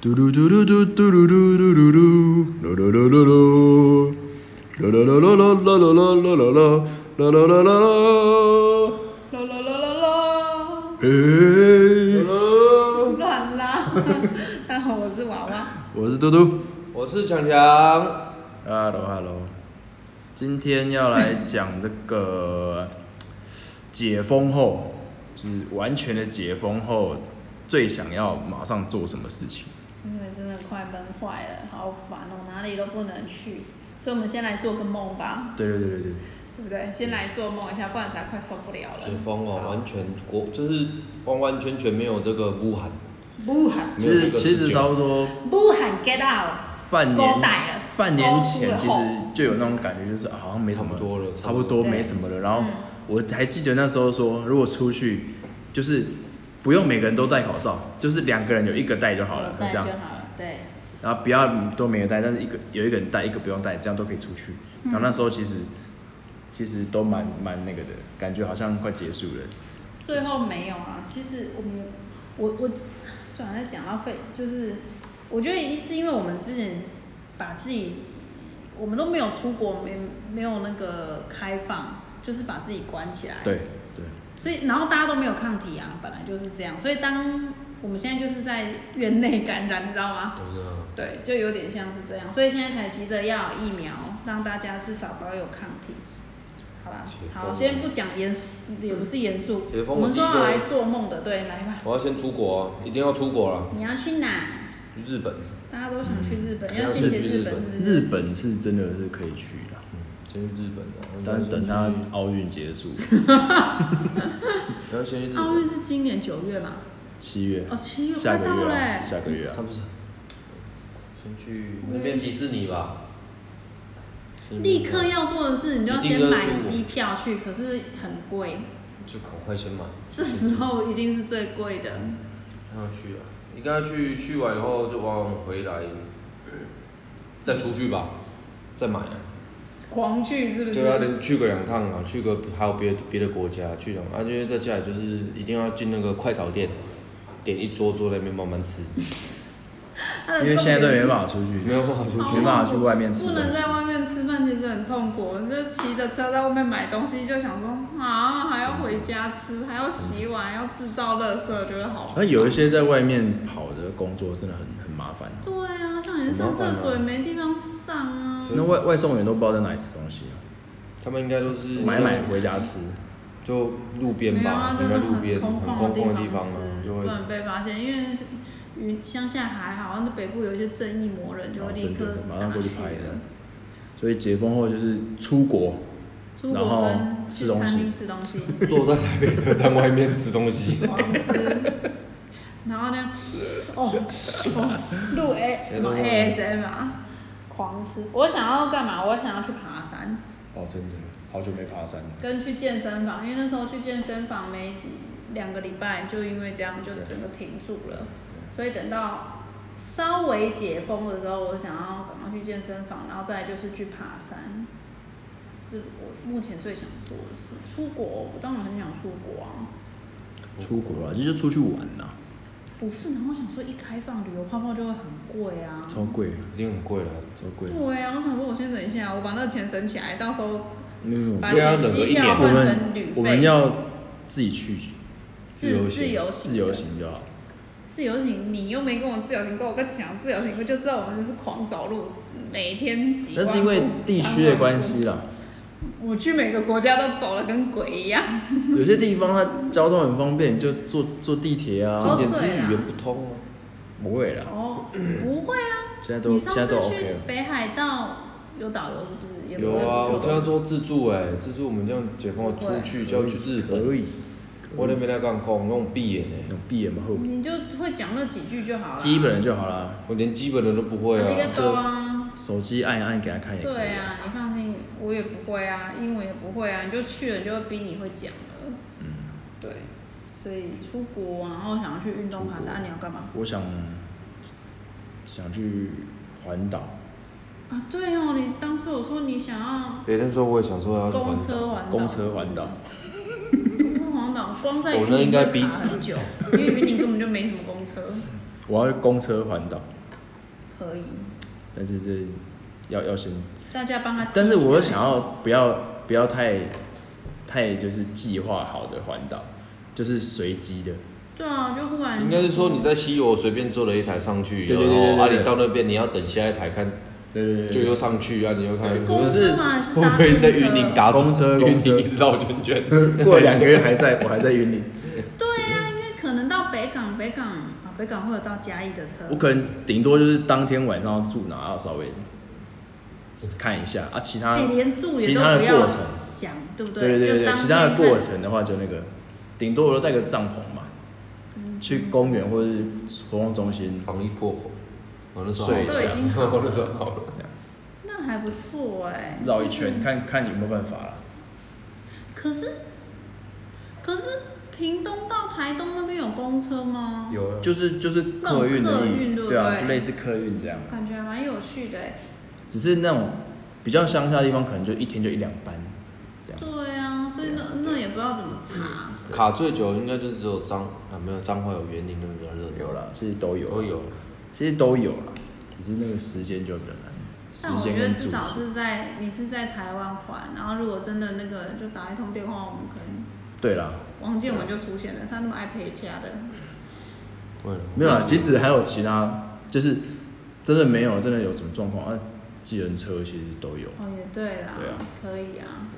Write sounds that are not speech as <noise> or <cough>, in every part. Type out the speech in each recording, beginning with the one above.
嘟噜嘟噜嘟嘟噜噜噜噜噜噜噜噜噜噜，啦啦啦啦啦啦啦啦啦啦啦啦啦啦啦，啦啦啦啦啦，诶，乱啦！ <laughs> 大家好，我是娃娃。我是嘟嘟我是强强， ，hello hello，今天要来讲这个解封后，就是完全的解封后，最想要马上做什么事情？因为真的快闷坏了，好烦哦，哪里都不能去。所以我们先来做个梦吧，对对对对对，对不对？先来做梦一下，不然咱快受不了解了。封哦，完全国就是完完全全没有这个武汉，不喊，其实其实差稍不多不喊，get out！半勾年带了哦半年勾前出其了实后就有那种感觉，就是啊好像没什么差不多了差不多对没什么了。然后嗯我还记得那时候说，如果出去就是不用每个人都戴口罩，就是两个人有一个戴就好了，带这就样好。了。对，然后不要都没有戴，但是一个有一个人戴，一个不用戴，这样都可以出去。嗯然后那时候其实其实都蛮蛮那个的感觉，好像快结束了。最后没有啊。其实我们，我我，算了，讲到费，就是我觉得是因为我们之前把自己，我们都没有出国，没没有那个开放，就是把自己关起来。对对，所以，然后大家都没有抗体啊，本来就是这样。所以，当我们现在就是在院内感染，你知道吗？真的对，就有点像是这样。所以现在才急着要有疫苗，让大家至少都有抗体。好吧解，封好，先不讲严肃，也不是严肃解。封我们我第一说要个来做梦的，对，来吧。我要先出国啊，一定要出国了，你要去哪？去日本，大家都想去日本，嗯要谢谢日要去日本，是日本是真的是可以去的，先去日本啊，但是等它奥运结 <laughs> 束，不是？奥然后先去日运本，是今年九月嘛？七月哦，七月下快个到月了啊，欸。下个月啊他，不是，先去那边迪士尼吧，先去立刻要做的事，你就要一定先要出买国机票去，可是很贵。就赶快先买，这时候一定是最贵的。他要去啊，应该去去完以后就往回来，再出去吧，再买啊。狂去是不是？对啊，连去个两趟啊，去个还有别的别的国家去两趟，啊，因为在家里就是一定要进那个快炒店，点一桌桌在那边慢慢吃，它的因为现在都没办法出没去，有办法出重点是去没。办法去外面不吃东西能在外面吃饭，其实很痛苦。你就骑着车在外面买东西，就想说啊，还要回家吃，还要洗碗，还要制造垃圾，觉得好而。有一些在外面跑的工作真的很很麻烦，对啊，像你上厕所也没地方上啊。那外外送员都不知道在哪里吃东西啊，他们应该都是买买回家吃。就路边没有吧啊，，应真该的路边很很空空旷旷的地方方啊，吃，就不会能被发现，因为云乡下还好，那北部有一些正义魔人就会哦立真刻的马上过去打拍去的。所以解封后就是出国，出然国后跟吃去东餐西厅吃东西。。坐在台北车站外面吃东西 <laughs> 狂吃，然后呢，哦哦，录 A 什么 ASM 啊，狂吃。我想要干嘛？我想要去爬山，哦，真的好久没爬山了。跟去健身房，因为那时候去健身房没几两个礼拜，就因为这样就对整个停住了。所以等到稍微解封的时候，我想要赶快去健身房，然后再来就是去爬山。是我目前最想做的事。出国，我当然很想出国啊。出国啊，就是出去玩呐、不是，然后想说一开放旅游泡泡就会很贵啊。超贵，一定很贵了，超贵。对啊，我想说我先等一下，我把那个钱省起来，到时候没有，把对啊钱等个机一票年我换们成旅我们费。要自己去自自由行自由行就好。自由行，你又没跟我自由行过，我跟你讲自由行，我就知道我们就是狂走路，每天几。那是因为地区的关。系 <laughs> 啦，我去每个国家都走了跟鬼一样。有些地方它交通很方便，你就坐坐地铁哦重啊。点是对啊语言不通啊。不会啦，哦，不会啊。现在都你上现在次都去 OK 了。北海道有导游是不是？也不有会啊，不我会听他说自助哎、自助我们这样解封了出去就要去日可本，以，我那边在干空，那种闭眼哎、那种闭眼嘛后你就会讲那几句就好了。基本的就好啦，我连基本的都不会啊。那啊个。都啊。手机按一按给他看也可以。对啊，你放心，我也不会啊，英文也不会啊，你就去了就会逼你会讲了。嗯对，所以出国啊，然后想要去运动爬山，啊你要干嘛？我想想去环岛，啊，对哦，你当初有说你想要对，那时候我也想说要去公环岛。车环岛，公车环岛，公车环岛，光在哦云那林应该就比卡很久，因为云林根本就没什么公车。我要公车环岛，可以，但是这要要先，大家帮他。但是我又想，要不要不要太太就是计划好的环岛，就是随机的，对啊，就忽然哦应该是说你在西游随便坐了一台上去，对然对对对后啊对你到那边你要等下一台看，对对就又上去啊，你又看是会公只车是吗？还是不搭会在公车云林打公车云公车林一直绕圈圈？ <laughs> 过了两个月还在，我还在云林，对呀、因为可能到北港，北港啊，北港会有到嘉义的车我。可能顶多就是当天晚上要住哪，要稍微看一下啊，其他哎连住也其都他不的过要程，想，对不就对对对对，当其他的天过看程的话就那个，顶多我都带个帐篷嘛，嗯去公园或者是活动中心，防疫破口，我那时候睡一下都已经好了 <laughs> 我那时候好了。那还不错哎、绕一圈，看看有没有办法啦。可是，可是屏东到台东那边有公车吗？有，就是就是那种客运而客运已，对不啊，对就类似客运这样，感觉还蛮有趣的、欸。只是那种比较乡下的地方，可能就一天就一两班这样。对啊，所以那那也不知道怎么查。卡最久应该就只有彰啊，没有彰化有园林那边比较热闹有，啦，其实都有，啊都有，其实都有啦，只是那个时间就比较难，时但我间觉得跟至住少宿。是在你是在台湾还，然后如果真的那个就打一通电话，我们可能对啦，王建文就出现了，他那么爱陪家的。为了没有嗯啦，即使还有其他，就是真的没有，真的有什么状况啊？计程车其实都有，哦，也对啦，对啊可以啊。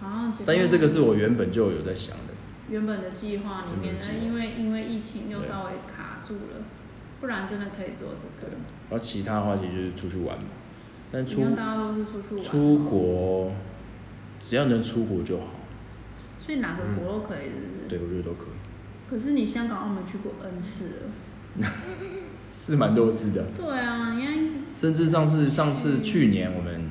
啊，结果但因为这个是我原本就有在想的，原本的计划里面，原本的计划那因为因为疫情又对稍微卡住了，不然真的可以做这个。然后啊其他的话其实就是出去玩嘛，但一出样啊大家都是出去玩，出，国只要能出国就好，所以哪个国都可以，是不是？。对我觉得都可以，可是你香港、澳门去过 N 次了。是蛮多次的。对啊，你看，甚至上次上次去年我们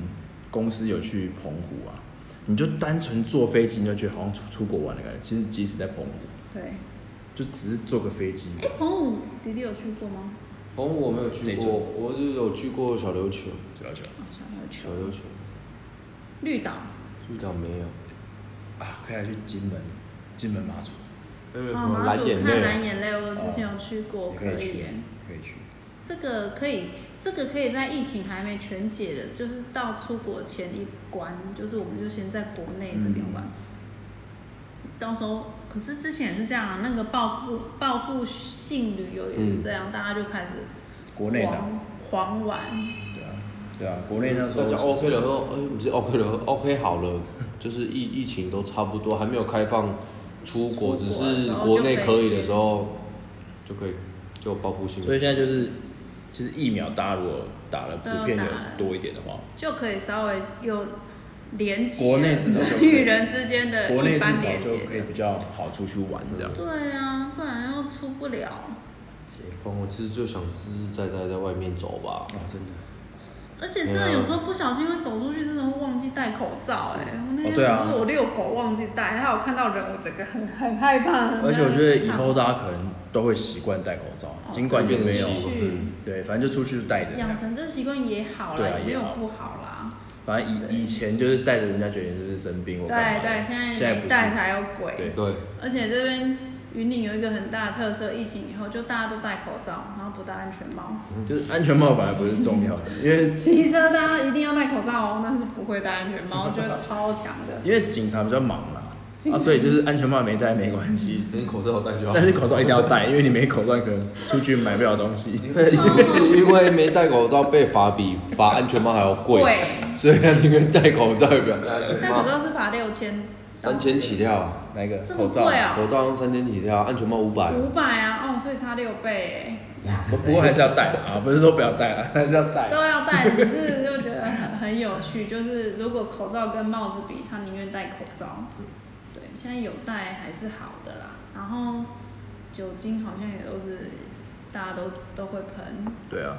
公司有去澎湖啊，你就单纯坐飞机你就觉得好像出出国玩的感觉，其实即使在澎湖，对。就只是坐个飞机这哎样，，澎湖弟弟有去过吗？澎哦湖我没有哪去一过，种我是有去过小琉球，就要去哦，想要去小琉球绿岛。绿岛没有，啊，可以来去金门，金门马祖那边有啊，马祖看蓝眼泪，我哦之前有去过，也可可以以去耶。，可以去。这个可以，这个可以在疫情还没全解的，就是到出国前一关，就是我们就先在国内这边玩。嗯到时候，可是之前也是这样啊，那个报复报复性旅游也是这样，大家就开始嗯国内的啊狂狂玩，对啊，对啊，国内那时大候家就是 OK 了后，哎、不是 OK 了，OK 好了， <laughs> 就是疫疫情都差不多，还没有开放出出国国，只的时是候国就内可以可以去的时候就可以就报复性。所以现在就是，其实疫苗大家如果打了都要普遍的打了多一点的话，就可以稍微有连接国内至少就可以与人之间的国内一至般少连就接可以的。比较好出去玩这样。对啊，不然又出不了。解封，我其实就想自自在在在外面走吧。啊，真的。而且啊真的有时候不小心会走出去，真的会忘记戴口罩、哎，我那天哦对啊就是我遛狗忘记戴，还有看到人，我整个很很害怕。很而且我觉得以后大家可能都会习惯戴口罩，尽管有没有嗯变成习，惯哦去对，反正就出去就戴着。养成这习惯也好对啊啦，也没有也好不好啦。反正以以前就是戴着，人家觉得你是不是生病或对干嘛的对，现现在在没不戴是。才有鬼对。对，而且这边云顶有一个很大的特色，疫情以后就大家都戴口罩，然后不戴安全帽。就是安全帽反而不是 <laughs> 重要的，因为骑车大家一定要戴口罩哦，但是不会戴安全 <laughs> 帽，我觉得超强的。因为警察比较忙啦，警察 <laughs> 啊，所以就是安全帽没戴没关系， <laughs> 你口罩有戴就好。但是口罩一定要戴，因为你没口罩你可能出去买不了东西。因为是 <laughs> 因为没戴口罩被罚比罚安全帽还要贵，贵所以你跟戴口罩也不要戴安戴全口帽，罩是罚六千，哦三千起跳啊，哪一个这么口罩？贵啊口罩用三千起跳，安全帽五百，五百啊，哦，所以差六倍哎。不不过还是要戴 <laughs> 啊，不是说不要戴啊， <laughs> 还是要戴。都要戴，只是就觉得很很有趣。就是如果口罩跟帽子比，他宁愿戴口罩。对，现在有戴还是好的啦。然后酒精好像也都是大家都都会喷，对啊，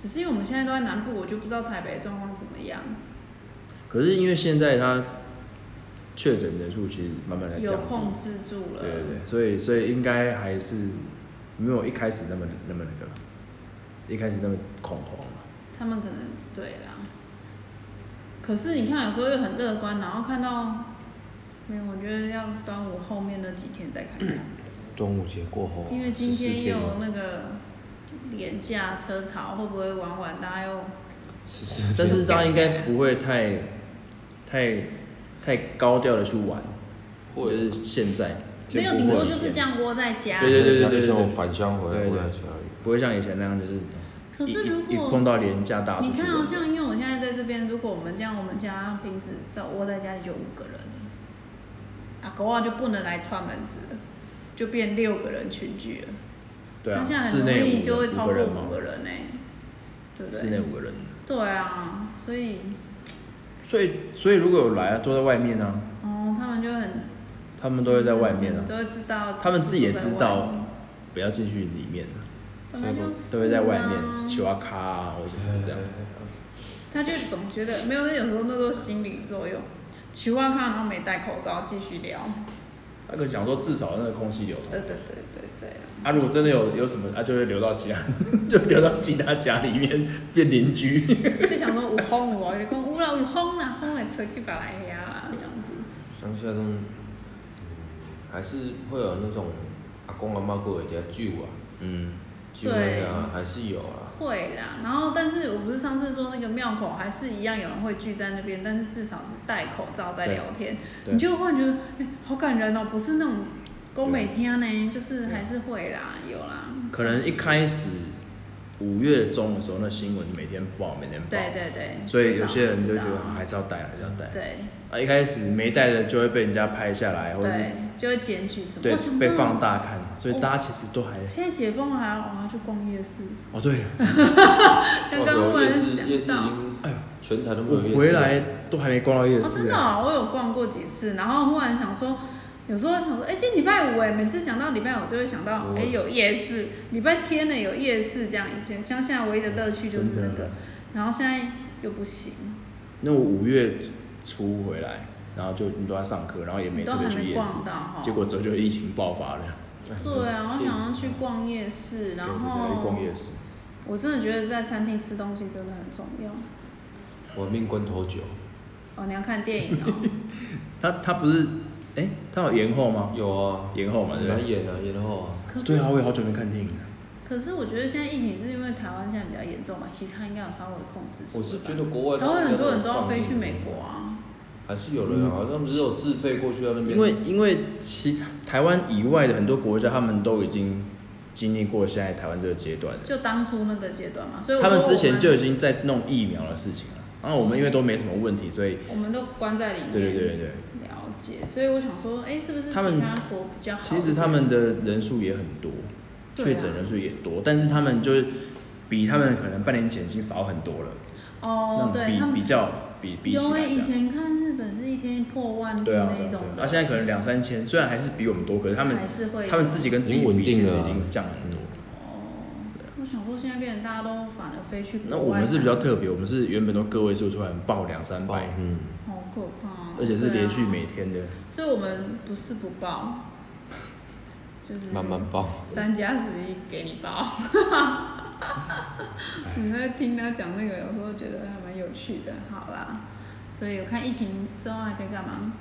只是因为我们现在都在南部，我就不知道台北的状况怎么样，可是因为现在它确诊人数其实慢慢在有降低，控制住了。对对对，所以所以应该还是没有一开始那么那么那个，一开始那么恐慌啊了。他们可能对啦。可是你看，有时候又很乐观，然后看到没有，我觉得要端午后面那几天再看看。嗯端午节过后啊，因为今14天天又了有那个价、车潮会不会晚晚大家又是是，但是大家应该不会太太太高调的去玩，或就者是现在没有不顶会多就是这样窝在家。对对对对对对像像我返乡回来对对回来家里，不会像以前那样就是可一是如一一果碰到廉价大家你出去看，好像玩，因为我现在在这边，如果我们这样，我们家平时在窝在家里就五个人，啊，狗啊就不能来串门子了，就变六个人群聚了。对啊乡，下室很容内易五就会个超五过个人五嘛个，人呢、欸对不室内对？五个人，对啊，所以所以所以如果有来啊，都在外面啊，哦，他们就很他们都会在外面啊，嗯都会知道，他们自己也知道住不要进去里面啊，在外面，本来就是啊都会在外嗯面求啊卡啊或者什么这样，他就总觉得没有，那有时候那都是心理作用。奇怪，看啊然后没戴口罩，继续聊。那个讲说至少那个空气流通。对对对对对 <laughs> 啊。啊，如果真的有有什么，啊，就会流到其他， <laughs> 就流到其他家里面变邻居。就想说有风无，就讲有啦有风啦，风会吹去别人遐啦，这样子。乡下这种，嗯还是会有那种阿公阿妈过来家聚啊，嗯，聚会啊，还是有啊。会啦，然后但是我不是上次说那个庙口还是一样有人会聚在那边，但是至少是戴口罩在聊天，对你就会觉得哎、好感人哦，不是那种公美天啊呢，就是还是会啦，有啦，可能一开始五月中的时候，那新闻每天报，每天报，对对对，所以有些人就觉至得少啊知还是要带，还是要带道。对啊，一开始没带的就会被人家拍下来，或者对是，就会检举什么，我想对到被放。大看，哦所以大家其实都还现在解封了还要哦我要去逛夜市，哦，对，刚刚忽然哇哦有夜市夜市想已到。经，全台都没有夜市我了。回来都还没逛到夜哦，真市的、啊，哦，我有逛过几次，然后忽然想说，有时候想说，哎、今天礼拜五哎，每次讲到礼拜五就会想到，我哎、有夜市，礼拜天呢有夜市，这样以前乡下唯一的乐趣就是真的那个，然后现在又不行，那我五月初回来，然后就你都在上课，然后也你没都特还别去没夜市逛，哦到哈。结果之后就疫情爆发了。对啊，我想要去逛夜市，然后市。我真的觉得在餐厅吃东西真的很重要。玩哎命关头酒，哦，你要看电影 <laughs> 哦，他他不是，哎、他有延后吗？有啊，延后嘛，对很不难对？演啊，演后啊，可对是啊，我也好久没看电影了。可是我觉得现在疫情是因为台湾现在比较严重嘛，其他应该有稍微控制住了吧。我是觉得国外台湾很多人都要上飞去美国啊。还是有人啊，他们只有自费过去到那边，嗯因为因为其他台湾以外的很多国家，他们都已经经历过现在台湾这个阶段了。就当初那个阶段嘛，所以我他们说之前我就已经在弄疫苗的事情了，然后我们因为都没什么问题，所以我们都关在里面，对对对对对，了解。所以我想说，哎、是不是其他们他国比较好？其实他们的人数也很多，对啊确诊人数也多，但是他们就是比他们可能半年前已经少很多了，哦，那对他种比比们较比比起因来为这以样。前看日本是一天破万对啊，那对啊，一对啊种的，啊，现在可能两三千，虽然还是比我们多，可是他们还是会有他们自己跟自己已经比，稳定其了啊实已经降很多。哦，我想说现在变成大家都反而飞去国外，那我们是比较特别，我们是原本都个位数，突然爆两三百，嗯，好可怕、哦，而且是连续每没，天的。所以我们不是不报，就是慢慢包，三加十一给你包。你在听他讲那个，有时候觉得还蛮有趣的。好啦，所以我看疫情之后还可以干嘛？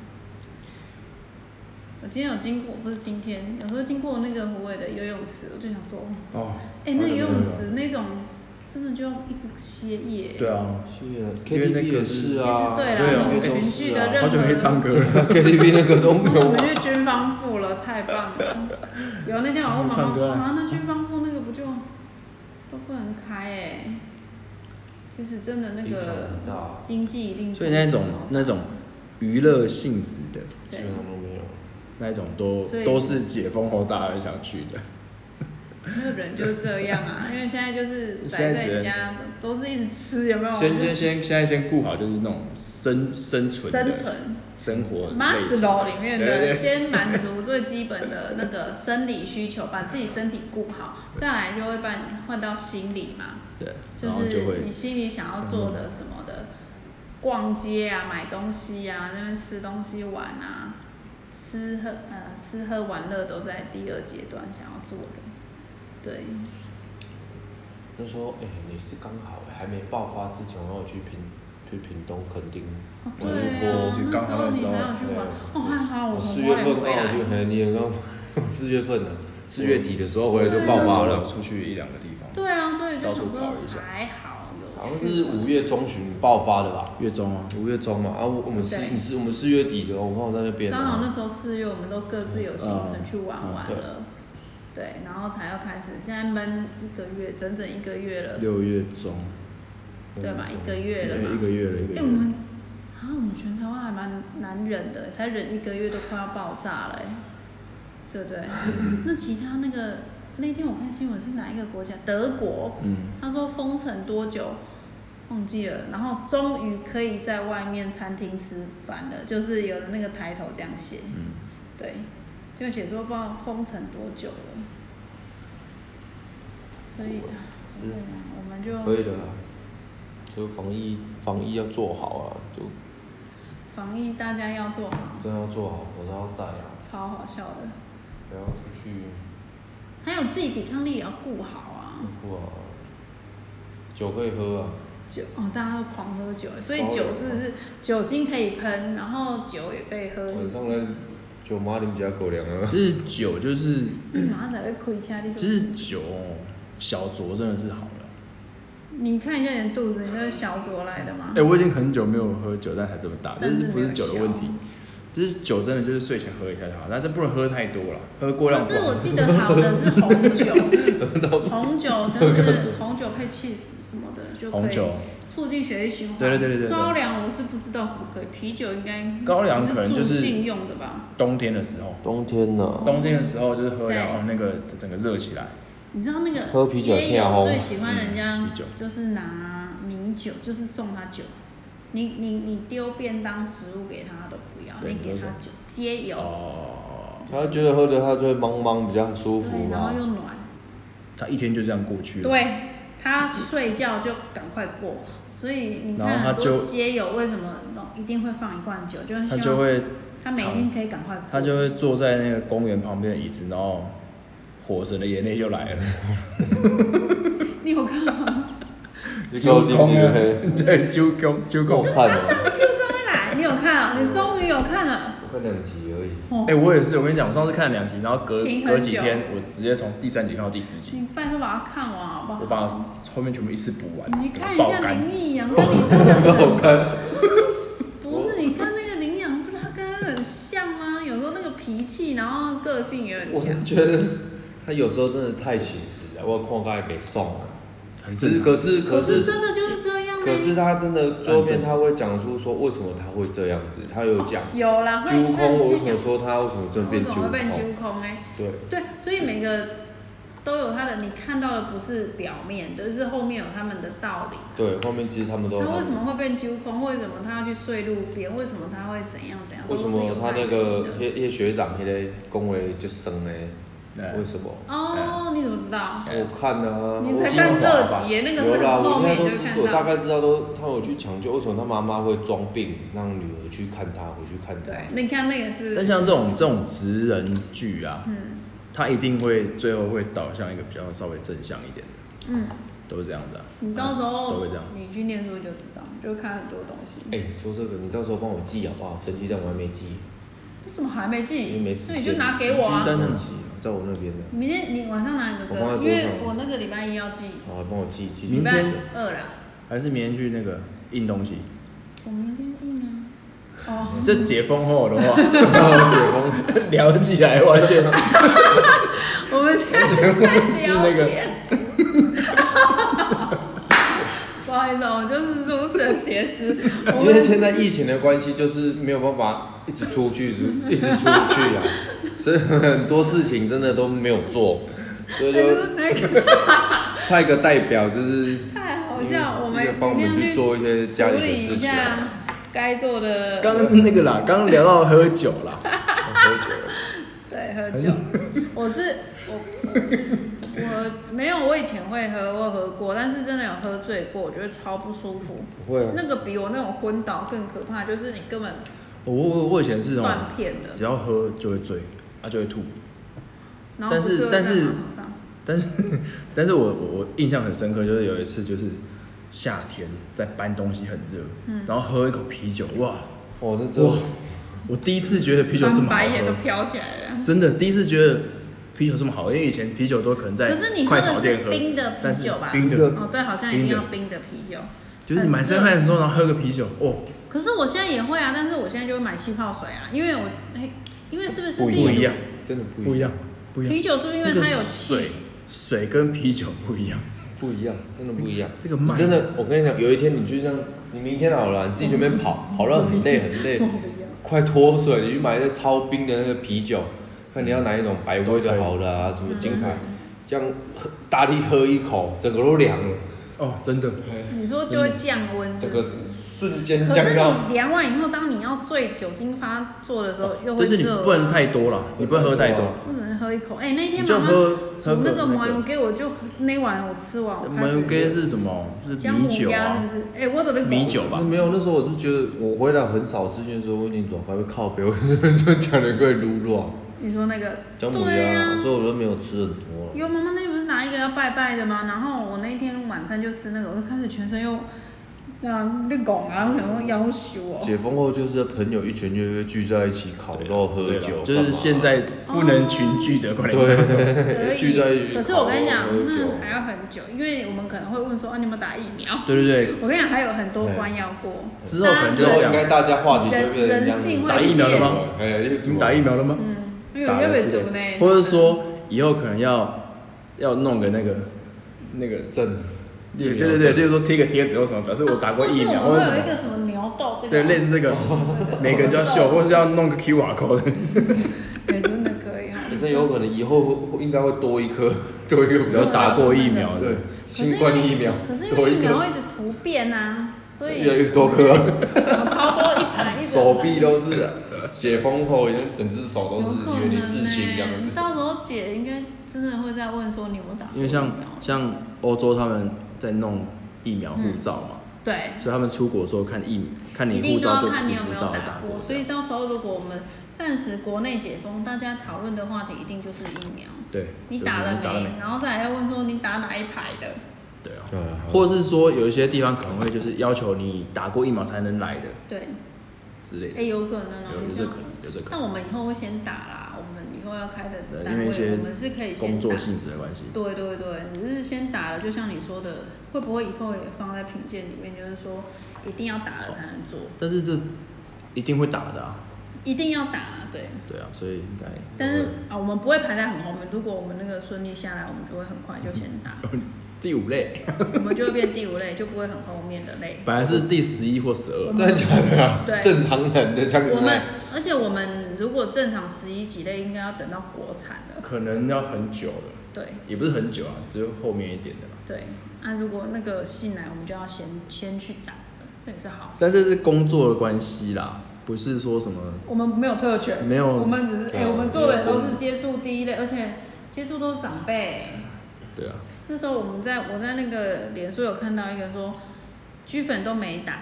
我今天有经过，不是今天，有时候经过那个湖尾的游泳池，我就想说，哦，哎、那个游泳池那种真的就一直歇业。对啊，是啊因为那个，KTV 也是其啊，实对啦对啊那那个种都情绪是的任啊好久没唱歌 <laughs> 了。 ，KTV 那个都没我有们去军方部了，太棒了！有那天我问妈妈 <laughs> 说，唱歌啊啊，那军方部那个不就都不能开哎、其实真的那影响个很大经济一定所以那种那种娱乐性质的基对本上都没有。那种都所以都是解封后大家很想去的。那个人就是这样 <laughs> 啊，因为现在就是宅现在只在能家都是一直吃，有没有？先先先现在先顾好就是那种生生存生的存生活类型 Maslow 里面对的对先满足最基本的那个生理需求，把自己身体顾好，再来就会把你换到心理嘛。对，就然后就是会你心里想要做的什么的，逛街啊、买东西啊、那边吃东西、玩啊、吃喝呃吃喝玩乐都在第二阶段想要做的。对，那时候，哎、你是刚好、哎还没爆发之前，然后我去屏去屏东垦丁哦玩对一啊波，，那刚好那时时候你还候有去玩，哦，还好我我从四花月莲份刚回好来去，，哎，你很刚，四月份呢、 <laughs> 四月底的时候回来啊就爆发了，出去一两个地方，对啊，所以就到想处跑一下说还好有好像去是玩五月中旬爆发的吧？月中啊，五月中嘛，啊，我我们是对你是我们四月底的，哦我刚好在那边刚好啊。那时候四月，我们都各自有行程去玩玩嗯了，对，然后才要开始，现在闷一个月，整整一个月了，六月中，对吧？一个月了嗯对，一嘛。个月了，一个哎、月我了。们啊，我们全台湾还蛮难忍的，才忍一个月都快要爆炸了，哎对不 <laughs> 对？那其他那个那天我看新闻是哪一个国家？德国，嗯，他说封城多久？忘记了，然后终于可以在外面餐厅吃饭了，就是有的那个抬头这样写，嗯对，就写说不知道封城多久了，所以，是对啊，我们就可以的啦，啊就防疫防疫要做好啊，就防疫大家要做好，真的要做好，口罩要戴啊，超好笑的，不要出去还有自己抵抗力也要顾好啊，不啊，酒可以喝啊，酒哦，大家都狂喝酒，所以哦狂喝酒是不是酒精可以喷，然后酒也可以喝，晚上呢酒妈你们家狗粮 <laughs> 啊，其实酒就是，你 <coughs> 马上才会亏掐你就其实酒小酌真的是好了。你看一下你的肚子，你那是小酌来的吗哎、？我已经很久没有喝酒，但还这么大，啊但这是是不是酒的问题没有效？这是酒真的就是睡前喝一下就好，但是不能喝太多了，喝过量可不是好我记得好的是红酒， <laughs> 红酒就是红酒配 cheese 什么的就红可以酒促进血液循环。对对对对对对高粱我是不知道可不可以，啤酒应该高粱可能就是助兴用的吧。冬天的时候，冬天呢、冬天的时候就是喝对了哦，那个整个热起来，你知道那个喝啤酒街跳友哦最喜欢人嗯家啤酒就是拿米酒，就是送他酒。你你你丢便当食物给他都不要，谁你给你说他酒，街友哦，他觉得喝的他就会茫茫比较舒服对，然嘛后，又暖。他一天就这样过去了。，对他睡觉就赶快过，所以你然后看他很多就街友为什么一定会放一罐酒，就是他希就望会他每天可以赶快过，他就会坐在那个公园旁边的椅子，然后火神的眼泪就来了， <laughs> 你有看吗？你给我盯空住啊嘿。，对，揪空揪够空。看他了，上秋刚来，你有看了、你终于有看了，我看两集而已。哦哎、，我也是，我跟你讲，我上次看了两集，然后隔停很久隔几天，我直接从第三集看到第十集，你拜托把它看完好不我好？把后面全部一次补完，哦你去看一爆下肝。林义阳跟你真的很， <laughs> 不是你跟那个林阳，不是他跟他很像吗？有时候那个脾气，然后个性也很我像。是觉得 <laughs> 他有时候真的太写实了，我框架也给送了。可很正是常可是可可是是真的就是这样、欸。可是他真的最后面他会讲出说为什么他会这样子，他有讲有啦，会揪空，我为会什讲么说他为什么真的变为什揪么会被空？揪空哎、对，对，所以每个都有他的，你看到的不是表面的，就是后面有他们的道理。对，后面其实他们都他为什么会被揪空？为什么他要去睡路边？为什么他会怎样怎样？为什都是么有他那道个理的叶叶学长那个恭维就生呢？对为什么？哎哦，你怎么知道？我看啊，你我才看精华吧二集耶，那个有啦，很后我面就会现在都知看我到。大概知道都，他有去抢救，为什么他妈妈会装病，让女儿去看他，回去看他。对，你看那个但是，像这种这种职人剧啊，嗯它一定会最后会导向一个比较稍微正向一点的，嗯，都是这样子啊。你到时都候会这样你去念书就知道，就看很多东西。哎、说这个，你到时候帮我记好不好？成绩单我还没记，为什么还没因为记没？时那间。你就拿给我啊成绩。单嗯在哪记？在我那边的。明天你晚上拿给我放在哥，桌因为上我那个礼拜一要记，好，哦帮我记记住。礼明拜天二啦。还是明天去那个印东西。我明天印啊。哦，这解封后的话， <laughs> 解聊起来完全我们现在在那聊个天。 <laughs> 不好意思，我就是如此的写实。 <laughs> 我封，因为们现在疫情的关系，就是没有办法一直出去，一直出去啊，所以很多事情真的都没有做，所以就哎那个派个代表，就是太好笑了，我们一个帮我们去做一些家处里理的事一情啊。下该做的。刚刚是那个啦，刚刚聊到喝酒啦，喝酒了。对，喝酒。 <laughs> 我是我我我没有，我以前会喝，我有喝过，但是真的有喝醉过，我觉得超不舒服。不会啊，那个比我那种昏倒更可怕，就是你根本我我我以前是那种断片了只要喝就会醉，啊就会吐，然后但是不会但是在马桶上但是 <laughs> 但是我我我印象很深刻，就是有一次就是夏天在搬东西很热，嗯然后喝一口啤酒，哇，哦，这真哇，我第一次觉得啤酒这翻么好白眼都喝，飘起来了。真的第一次觉得啤酒这么好，因为以前啤酒都可能在可是你喝快的炒是店喝，冰的但啤是酒吧？冰的，哦，对，好像一定要冰的啤酒。就是你满身汗的时候，然后喝个啤酒，哦，可是我现在也会啊，但是我现在就会买气泡水啊，因为我哎，因为是不是不不啤一样，真的不不一一样样，，不一样啤。酒是不是因为那个它有水气？水跟啤酒不一样，不一样，真的不一样。那个麦啊你真的，我跟你讲，有一天你去这样，你明天好了，你自己随 <laughs> 便跑，跑到很累很累，快脱水，你去买那超冰的那个啤酒，看你要哪一种白威的好了啊，什么金牌，嗯这样喝大力喝一口，整个都凉了，哦，真的，你说就会降温。整个瞬间可降是到。你量完以后，当你要醉酒精发作的时候，又会但哦是你热啊不能太多了，你不能喝太多。不能喝一口。哎、那天你就妈妈喝喝煮个那个那麻个油给我就那碗我吃完，我开麻始油鸡是什么？是姜米母酒鸭是啊不，是？哎、我怎么米酒吧那？没有，那时候我是觉得我回来很少之前说我已经转发会靠背，我就讲的怪撸乱，你说那个姜母对鸭，啊所以我都没有吃很多了。有妈妈那不是拿一个要拜拜的吗？然后我那天晚餐就吃那个，我就开始全身又那那拱啊，我想说要求哦。解封后就是朋友一群就会聚在一起烤肉、喝对酒哦啦，就是现在不能群聚的管理对方式可对， <laughs> 聚在一以，起。可是我跟你讲，喝酒那还要很久，因为我们可能会问说，啊，你有没有打疫苗？对对对，我跟你讲，还有很多关要过。之后可能大家就是之后这应样该大家话题就变成这人样性子会打疫苗了吗？哎，你打疫苗了吗？嗯，因为打有了被之类族呢，或者说以后可能要要弄个那个那个，证，对对对，例如说贴个贴纸或什么，表示我打过疫苗或或哦是我者什们会有一么，个哦什么牛痘这个，对，类似这个，每个人就要秀，或是要弄个 QR code，对，真的可以哈。啊可是有可能以后会应该会多一颗， <laughs> 多一个比有较打过疫苗对的，可是因新为冠疫苗可是因多为疫一苗会颗，一直突变啊，所以越来越多颗，超多一排一直手臂都是解封后，已经整只手有都是可以为能你刺青一样呢。子。到时候姐应该真的会再问说你有没有打过疫苗，因为像像欧洲他们在弄疫苗护照嘛，对，所以他们出国的时候看疫看一你护定都要照就看知你不有没知有道打过过。，所以到时候如果我们暂时国内解封，大家讨论的话题一定就是疫苗。对，你就是打了打了没？然后再来要问说你打哪一排的？对啊，对啊或是说有一些地方可能会就是要求你打过疫苗才能来的对，之类哎、的，有可能哦、嗯有有你这像可能，有这可但能，我们以后会先打啦，我们以后要开的对，单因为位，一些我们是可以先工打作。性质的关系，对对对，只是先打了，就像你说的，会不会以后也放在评鉴里面？就是说，一定要打了才能做，但是这一定会打的啊，一定要打啊，对。对啊，所以应该，但是啊，我们不会排在很后面。如果我们那个顺利下来，我们就会很快就先打，第五类我们就会变第五类，就不会很后面的类。 <laughs> 本来是第十一或十二，真的假的啊对？正常人的这样子我吗们，而且我们如果正常十一级类，应该要等到国产了。可能要很久了，对也不是很久啊，就是后面一点的啦，对，那、如果那个进来，我们就要先先去打了，这也是好事。但是是工作的关系啦，不是说什么我们没有特权，没有我们只是哎、对啊我们做的都是接触第一类，而且接触都是长辈。对啊，那时候我们在我在那个脸书有看到一个说，居粉都没打，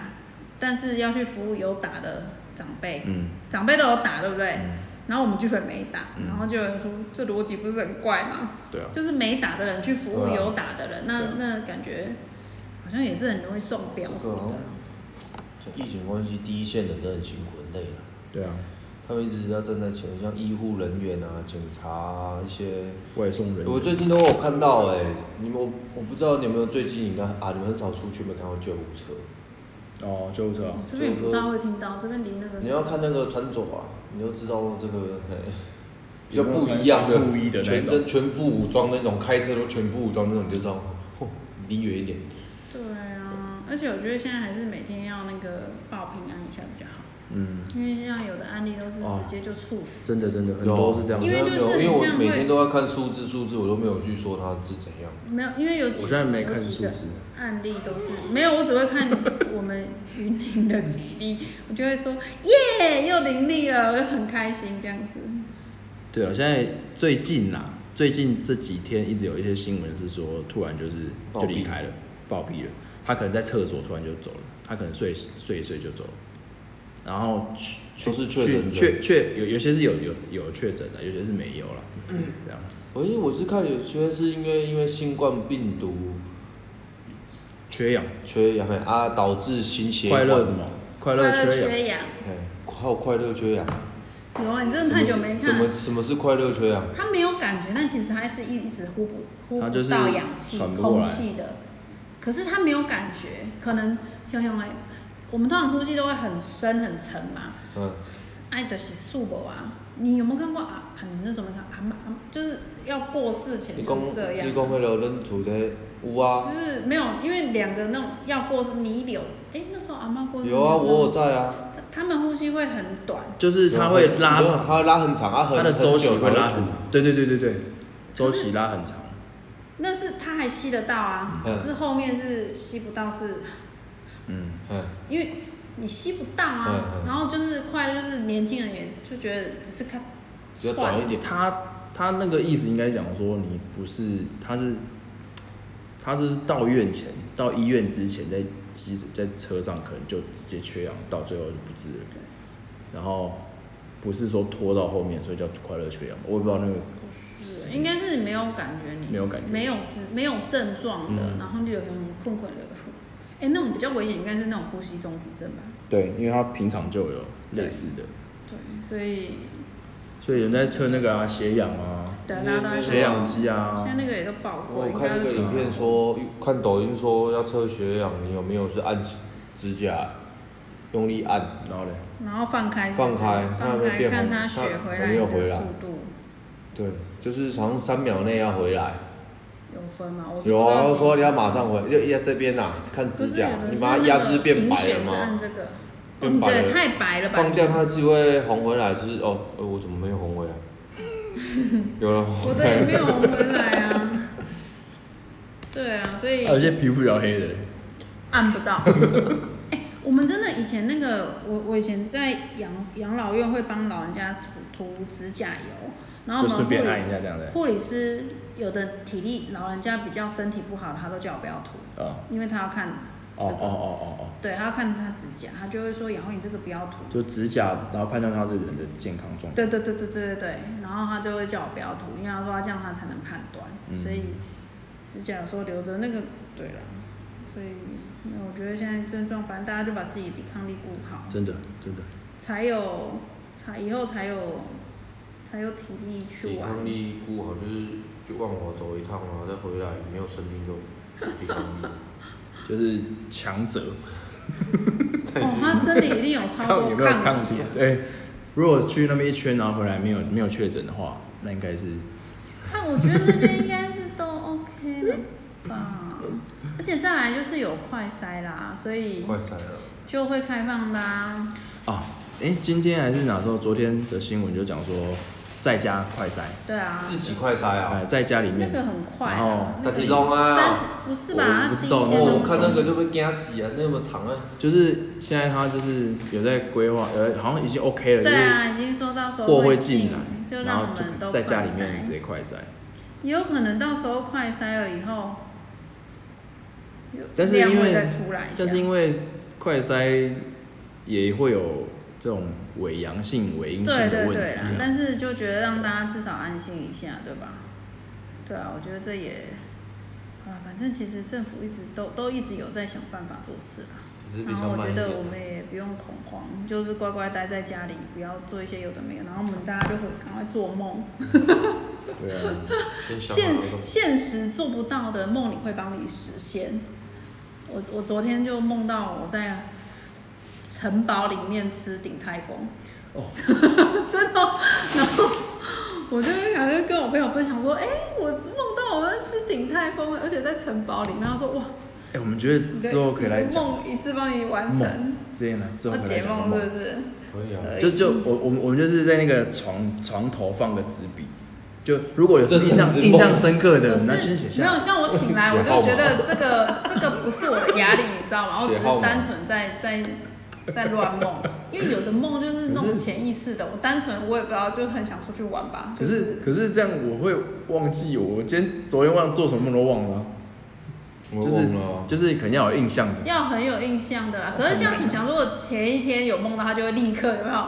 但是要去服务有打的长辈，嗯，长辈都有打，对不对？嗯然后我们居粉没打，嗯然后就有人说这逻辑不是很怪吗？对啊，就是没打的人去服务对啊有打的人，那对啊那感觉好像也是很容易中标哦什这个好么像疫情关系，第一线的人都很辛苦，很累了。对啊，他们一直要站在前面，像医护人员啊、警察啊一些。外送人员，我最近都有看到哎、你们我我不知道你有没有最近你看啊，你们很少出去，没看到救护车。哦，救护车啊的。我，这边也不大会听到，这边离那个你要看那个穿着啊，你就知道这个嘿比较不一样的，故意的那种全身全副武装那种，开车都全副武装那种，你就知道，嚯，离远一点。对啊，而且我觉得现在还是每天要那个报平安一下比较好，嗯，哦因为现在有的案例都是直接就猝死。真的真的很多是这样因子。为就是没很有因为像我会每天都在看数字，数字我都没有去说它是怎样。没有，因为有几我现在没有看几数个字，案例都是没有，我只会看我们云林的几例，我就会说耶，又零例了，我就很开心这样子。对啊，现在最近啦，最近这几天一直有一些新闻是说，突然就是暴就毙离开了，暴毙了。他可能在厕所突然就走了，他可能睡睡一睡就走了，然后去都是去确诊去确的确有有些是有有有确诊的，有些是没有了，这样。而且我是看有些是因为因为新冠病毒缺氧，缺氧啊，导致心血快管乐什么？快乐缺氧，缺氧，哎，还有快乐缺氧，有啊，你真的太久没什看么，什么是快乐吹啊？它没有感觉，但其实它是一一直呼不呼它不就是到氧气、喘不过空来气的，可是它没有感觉，可能像像哎，我们通常呼吸都会很深很沉嘛，嗯，爱的是素博啊。你有没有看过啊？啊，你那什么看阿妈，阿嬷就是要过世前你就讲这样你。讲迄个恁厝的有啊，是没有，因为两个那种要过是泥流，哎，那时候阿妈过世有啊，那我有在啊。他他们呼吸会很短，就是它会拉长，它会拉很长，它很它的周期啊很久会才拉很长吐。对对对对对，周期拉很长。那是他还吸得到啊，嗯可是后面是吸不到是，嗯，嗯，因为你吸不到啊，嗯嗯然后就是快乐，就是年轻人也就觉得只是看比较短一点。它它那个意思应该讲说，你不是，它是，它是到院前，到医院之前，在机在车上可能就直接缺氧，到最后就不治了。然后不是说拖到后面，所以叫快乐缺氧。我也不知道那个是应该是没有感觉你，没有感觉没有知没有症状的，嗯然后就有那种困困的。 <laughs> 哎、那种比较危险，应该是那种呼吸中止症吧？对，因为它平常就有类似的，对，所以所以人在测那个啊血氧啊、对啊那大家都在那说，血氧现机啊在，那个也都爆我贵，有应看该那个是影片说，看抖音说要测血氧，你有没有是按指甲用力按？然后嘞，然后放开是不放是，开看会放不会开，变看红它血看回有来没有的回来速度对，就是好像三秒内要回来。有分吗？我是有不知啊，道他是说你要马上回，要压这边呐、看指甲，不是有的你是把它那压个制变白凝血了是按吗？这个， <laughs> 变嗯，白对，了，太白了吧？放掉它就会红回来，就是哦，呃我怎么没有红回 <laughs> 来？有了，我的也没有回来啊。对啊，所以还有一些皮肤比较黑的嘞，按不到。 <laughs> 哎，我们真的以前那个，我我以前在养养老院会帮老人家涂涂指甲油，然后就我们顺便护理按一下这样的护理师有的体力老人家比较身体不好，他都叫我不要涂，啊，因为他要看这哦哦个，哦哦哦，对他要看他指甲，他就会说杨慧你这个不要涂，就指甲，然后判断它这个人的健康状态。对对对对对对对，然后他就会叫我不要涂，因为他说他这样他才能判断，所以指甲说留着那个对了，所以那我觉得现在症状，反正大家就把自己抵抗力顾好，真的真的，才有才以后才有才有体力去抵玩。抗力估好就是去万华走一趟啊，再回来没有生病就抵抗力。 <laughs> 就是强者，哦，他身体一定有超看多有没有抗体体。对，如果去那边一圈，然后回来没有没有确诊的话，那应该是但我觉得那些应该是都 OK 了吧，而且再来就是有快筛啦，所以快闪了，就会开放啦、啊，哎、今天还是哪时候？昨天的新闻就讲说，在家快筛，对啊，自己快筛哎、啊！在家里那面，个很快、然后啊，那打个几笼啊三十不是吧？我我不知道它第一天哦都我看那个就被惊死啊，那么长啊！就是现在他就是有在规划，呃，好像已经 OK 了，对啊，已经说到时就是候货会进进来，就然让后我们就都在家里快面筛直接快筛。也有可能到时候快筛了以后，有但是量因会为再出来一下，但是因为快筛也会有这种伪阳性、伪阴性对的对问对啊题、啊啊啦，但是就觉得让大家至少安心一下，对吧？对啊，我觉得这也啊，反正其实政府一直都都一直有在想办法做事啦。只是比然较后我慢觉一点得。我们也不用恐慌，就是乖乖待在家里，不要做一些有的没有。然后我们大家就会赶快做梦，对啊，先想现好一个现实做不到的梦，你会帮你实现。我我昨天就梦到我在城堡里面吃鼎泰丰，哦， <laughs> 真的哦、然后我就还是跟我朋友分享说，哎、我梦到我们在吃鼎泰丰，而且在城堡里面。他说，哇，哎、我们觉得你的之后可以来讲梦一次帮你完成梦，，之前呢，之后要可以来解讲梦梦嗯是。不是？可以啊，可以就就我我们我们就是在那个床床头放个纸笔，就如果有这印整只象梦印象深刻的，可是那先写没下有来。像我醒 <laughs> 来，我就觉得这个这个不是我的压力，你知道 <laughs> 吗？我只写号是码单纯在在在乱梦，因为有的梦就是那种潜意识的，我单纯我也不知道，就很想出去玩吧。可就是可是这样我会忘记我，我今天昨天忘了做什么梦都忘了啊、我就是忘了啊。就是肯定要有印象的。要很有印象的啦。可是像逞强，如果前一天有梦到，他就会立刻有没有？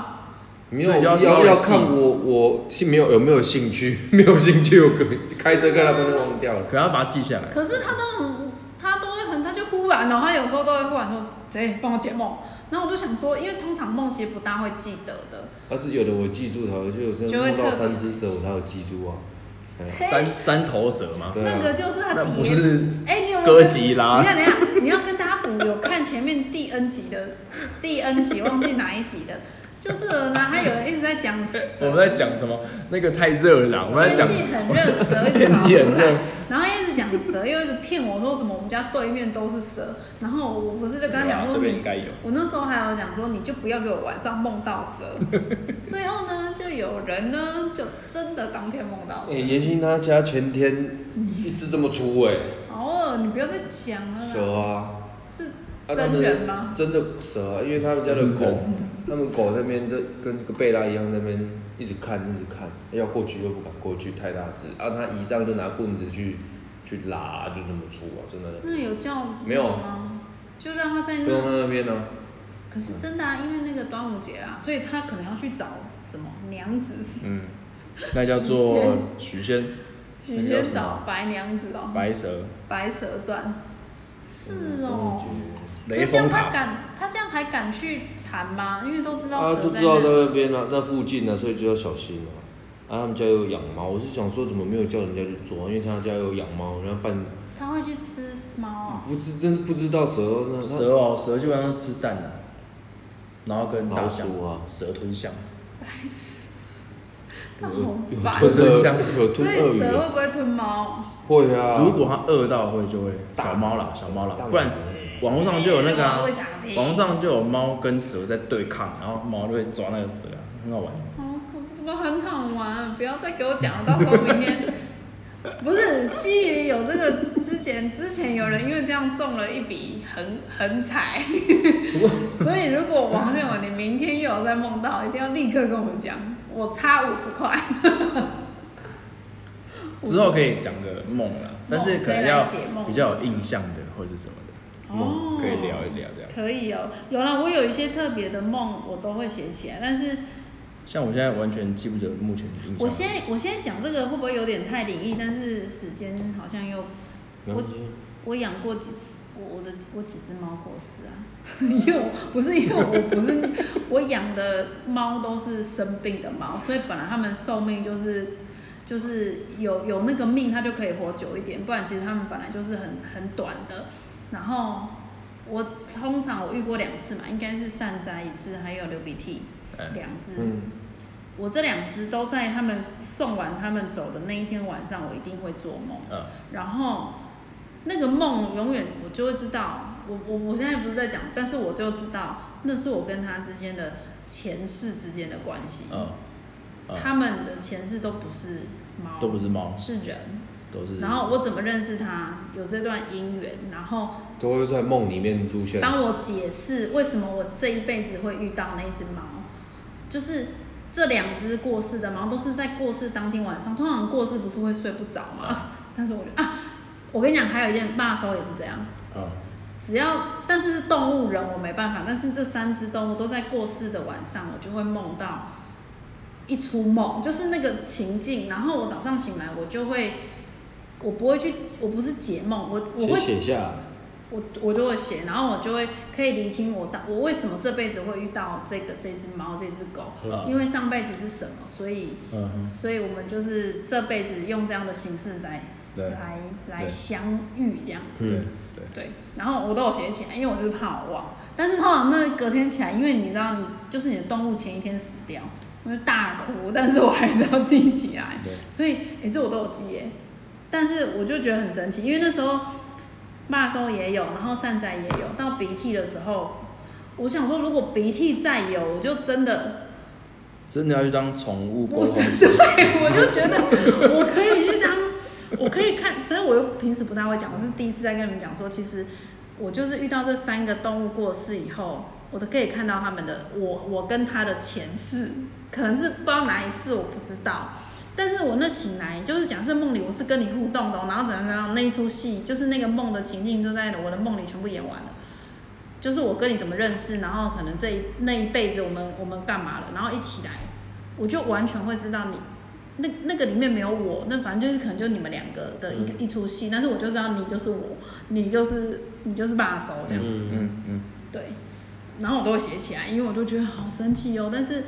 没所有以要要稍微要记看我我是没有有没有兴趣，没有兴趣我可 <laughs> 开车看他们都忘掉了。可能要把它记下来。可是他都很，他都会很，他就忽然哦，他有时候都会忽然说：“谁帮我解梦？”然后我就想说，因为通常梦其实不大会记得的，但是有的我记住它，我就有时候就会梦到特别三只蛇，我才有记住啊。哎呀三三头蛇吗？对那个啊，就是那很不叠是啊哎、你有没有哥吉等拉一下，等一下，你要跟大家补，有看前面第 N 集的第 N 集，忘记哪一集的，就是了呢，他有一直在讲蛇， <laughs> 我们在讲什么？那个太热了啦，我们在天讲气很热，蛇一直 <laughs> 天跑气很出热来，，然后一直讲蛇，又一直骗我说什么我们家对面都是蛇，然后我不是就跟他讲对啊这说边你应该有。我那时候还有讲说，你就不要给我晚上梦到 <laughs> 蛇。最后呢，就有人呢，就真的当天梦到哎，蛇。严欣他家全天 <laughs> 一只这么粗哎，哦，你不要再讲了啦。蛇啊。是啊他真们人吗？真的蛇、啊，因为他们家的狗，他们狗那边这跟这个贝拉一样，那边一直看一直看，要过去又不敢过去，太大只。啊，他姨丈就拿棍子去去拉，就这么粗啊，真的，那有叫没有啊吗？就让他在就在那。那边啊呢、可是真的啊，因为那个端午节啊，所以他可能要去找什么娘子，嗯，那叫做许仙许那仙叫什找么白娘子哦，白蛇《白蛇传》。嗯是哦。雷那这样峰他塔，敢，他这样还敢去缠吗？因为都知道啊，蛇就在知道在那。那边啊，在附近啊，所以就要小心啊。啊，他们家有养猫，我是想说怎么没有叫人家去抓，因为他家有养猫，然后办他会去吃猫啊。不知真是不知道蛇那蛇哦，蛇基本上吃蛋的，然后跟大象老鼠啊蛇吞象，那好有烦。吞的鳄，有所吞鳄以鱼蛇的，会不会吞猫？会啊。如果它饿到会就会大小猫啦，小猫啦大，不然蛇嗯网络上就有那个啊我不想，听网络上就有猫跟蛇在对抗，然后猫就会抓那个蛇啊，很好玩。哦，可不是不很好玩？啊不要再给我讲了，到时候明天。 <laughs> 不是基于有这个之前，之前有人因为这样中了一笔横横财， <laughs> 所以如果王建文你明天又有在梦到，一定要立刻跟我们讲，我差五十 <laughs> 块。之后可以讲个梦啦，但是可能要比较有印象的或是什么哦的梦，可以聊一聊这样。可以哦，有啦，我有一些特别的梦，我都会写起来，但是像我现在完全记不得目前的印象。我现在我现在讲这个会不会有点太灵异？但是时间好像又，没关我系我养过几次，我我的我几只猫过世啊， <laughs> 因为我不是因为我 <laughs> 不是我养的猫都是生病的猫，所以本来它们寿命就是就是有有那个命，它就可以活久一点，不然其实它们本来就是很很短的。然后我通常我遇过两次嘛，应该是善哉一次，还有流鼻涕哎两只。嗯，我这两只都在他们送完他们走的那一天晚上，我一定会做梦。嗯，然后那个梦永远我就会知道，我我我现在不是在讲，但是我就知道那是我跟他之间的前世之间的关系。嗯嗯他们的前世都不是猫，都不是猫，是人。都是。然后我怎么认识他？有这段姻缘，然后都会在梦里面出现。当我解释为什么我这一辈子会遇到那只猫，就是这两只过世的猫都是在过世当天晚上，通常过世不是会睡不着吗？但是我就啊，我跟你讲，还有一件骂手也是这样，嗯，啊只要但是是动物人我没办法，但是这三只动物都在过世的晚上，我就会梦到一出梦，就是那个情境，然后我早上醒来，我就会，我不会去，我不是解梦，我我先会写下来，我我就会写，然后我就会可以理清我当我为什么这辈子会遇到这个这只猫这只狗，嗯因为上辈子是什么，所以嗯哼所以我们就是这辈子用这样的形式来对来来对相遇这样对子，对，对，然后我都有写起来，因为我就是怕我忘，但是通常那隔天起来，因为你知道你就是你的动物前一天死掉，我就大哭，但是我还是要记起来，对所以哎、诶这我都有记耶，但是我就觉得很神奇，因为那时候骂的时候也有，然后善哉也有，到鼻涕的时候，我想说如果鼻涕再有，我就真的真的要去当宠物沟不通是师 <laughs> 对，，我就觉得我可以去当，我可以看，反正我又平时不太会讲，我是第一次在跟你们讲说，其实我就是遇到这三个动物过世以后，我都可以看到他们的我， <laughs> 我跟他的前世，可能是不知道哪一世，我不知道。但是我那醒来，就是假设梦里我是跟你互动的哦、然后怎样怎样，那一出戏就是那个梦的情境就在我的梦里全部演完了。就是我跟你怎么认识，然后可能这一那一辈子我们我们干嘛了，然后一起来，我就完全会知道你那那个里面没有我，那反正就是可能就你们两个的一个、一出戏，但是我就知道你就是我，你就是你就是把手这样，嗯嗯嗯，对，然后我都会写起来，因为我都觉得好生气哦。但是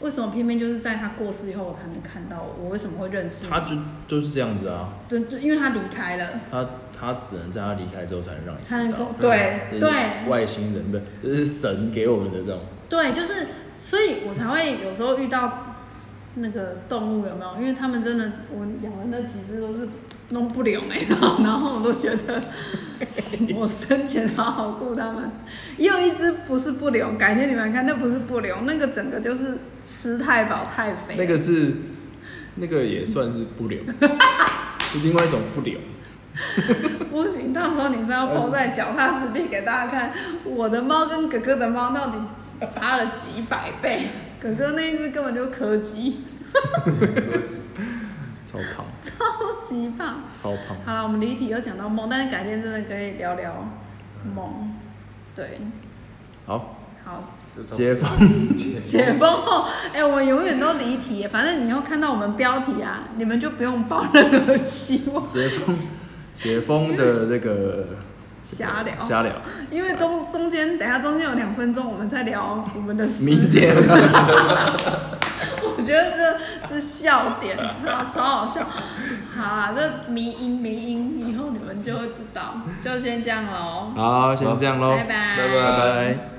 为什么偏偏就是在他过世以后，我才能看到我为什么会认识你他就就是这样子啊，对，就因为他离开了，他他只能在他离开之后才能让你才能知够道，对这对是外星人不是这是神给我们的这种，对，就是，所以我才会有时候遇到那个动物有没有？因为他们真的，我养的那几只都是弄不了哎、然后 <laughs> 然后我都觉 <laughs> 得我生前好好顾它们。也有一只不是不留，改天你们看，那不是不留，那个整个就是吃太饱太肥。那个是那个也算是 <laughs> 不了，是另外一种不了。不行，到时候你知道抛在脚踏实地给大家看，我的猫跟哥哥的猫到底差了几百倍。哥哥那一只根本就柯基， <laughs> 超胖，超级棒。超胖。好了，我们离题又讲到梦，但是改天真的可以聊聊梦。对，好，好，就差不多解放解封后，哎、我们永远都离题耶，反正你以后看到我们标题啊，你们就不用抱任何希 <laughs> 望，解封解封的那个瞎聊。瞎聊，因为中中间，等一下中间有两分钟，我们在聊我们的私明天 <laughs> 我觉得这是笑点，啊，超好笑。好啊，这迷音迷音，以后你们就会知道，就先这样喽，好，先这样喽，拜拜，拜拜拜拜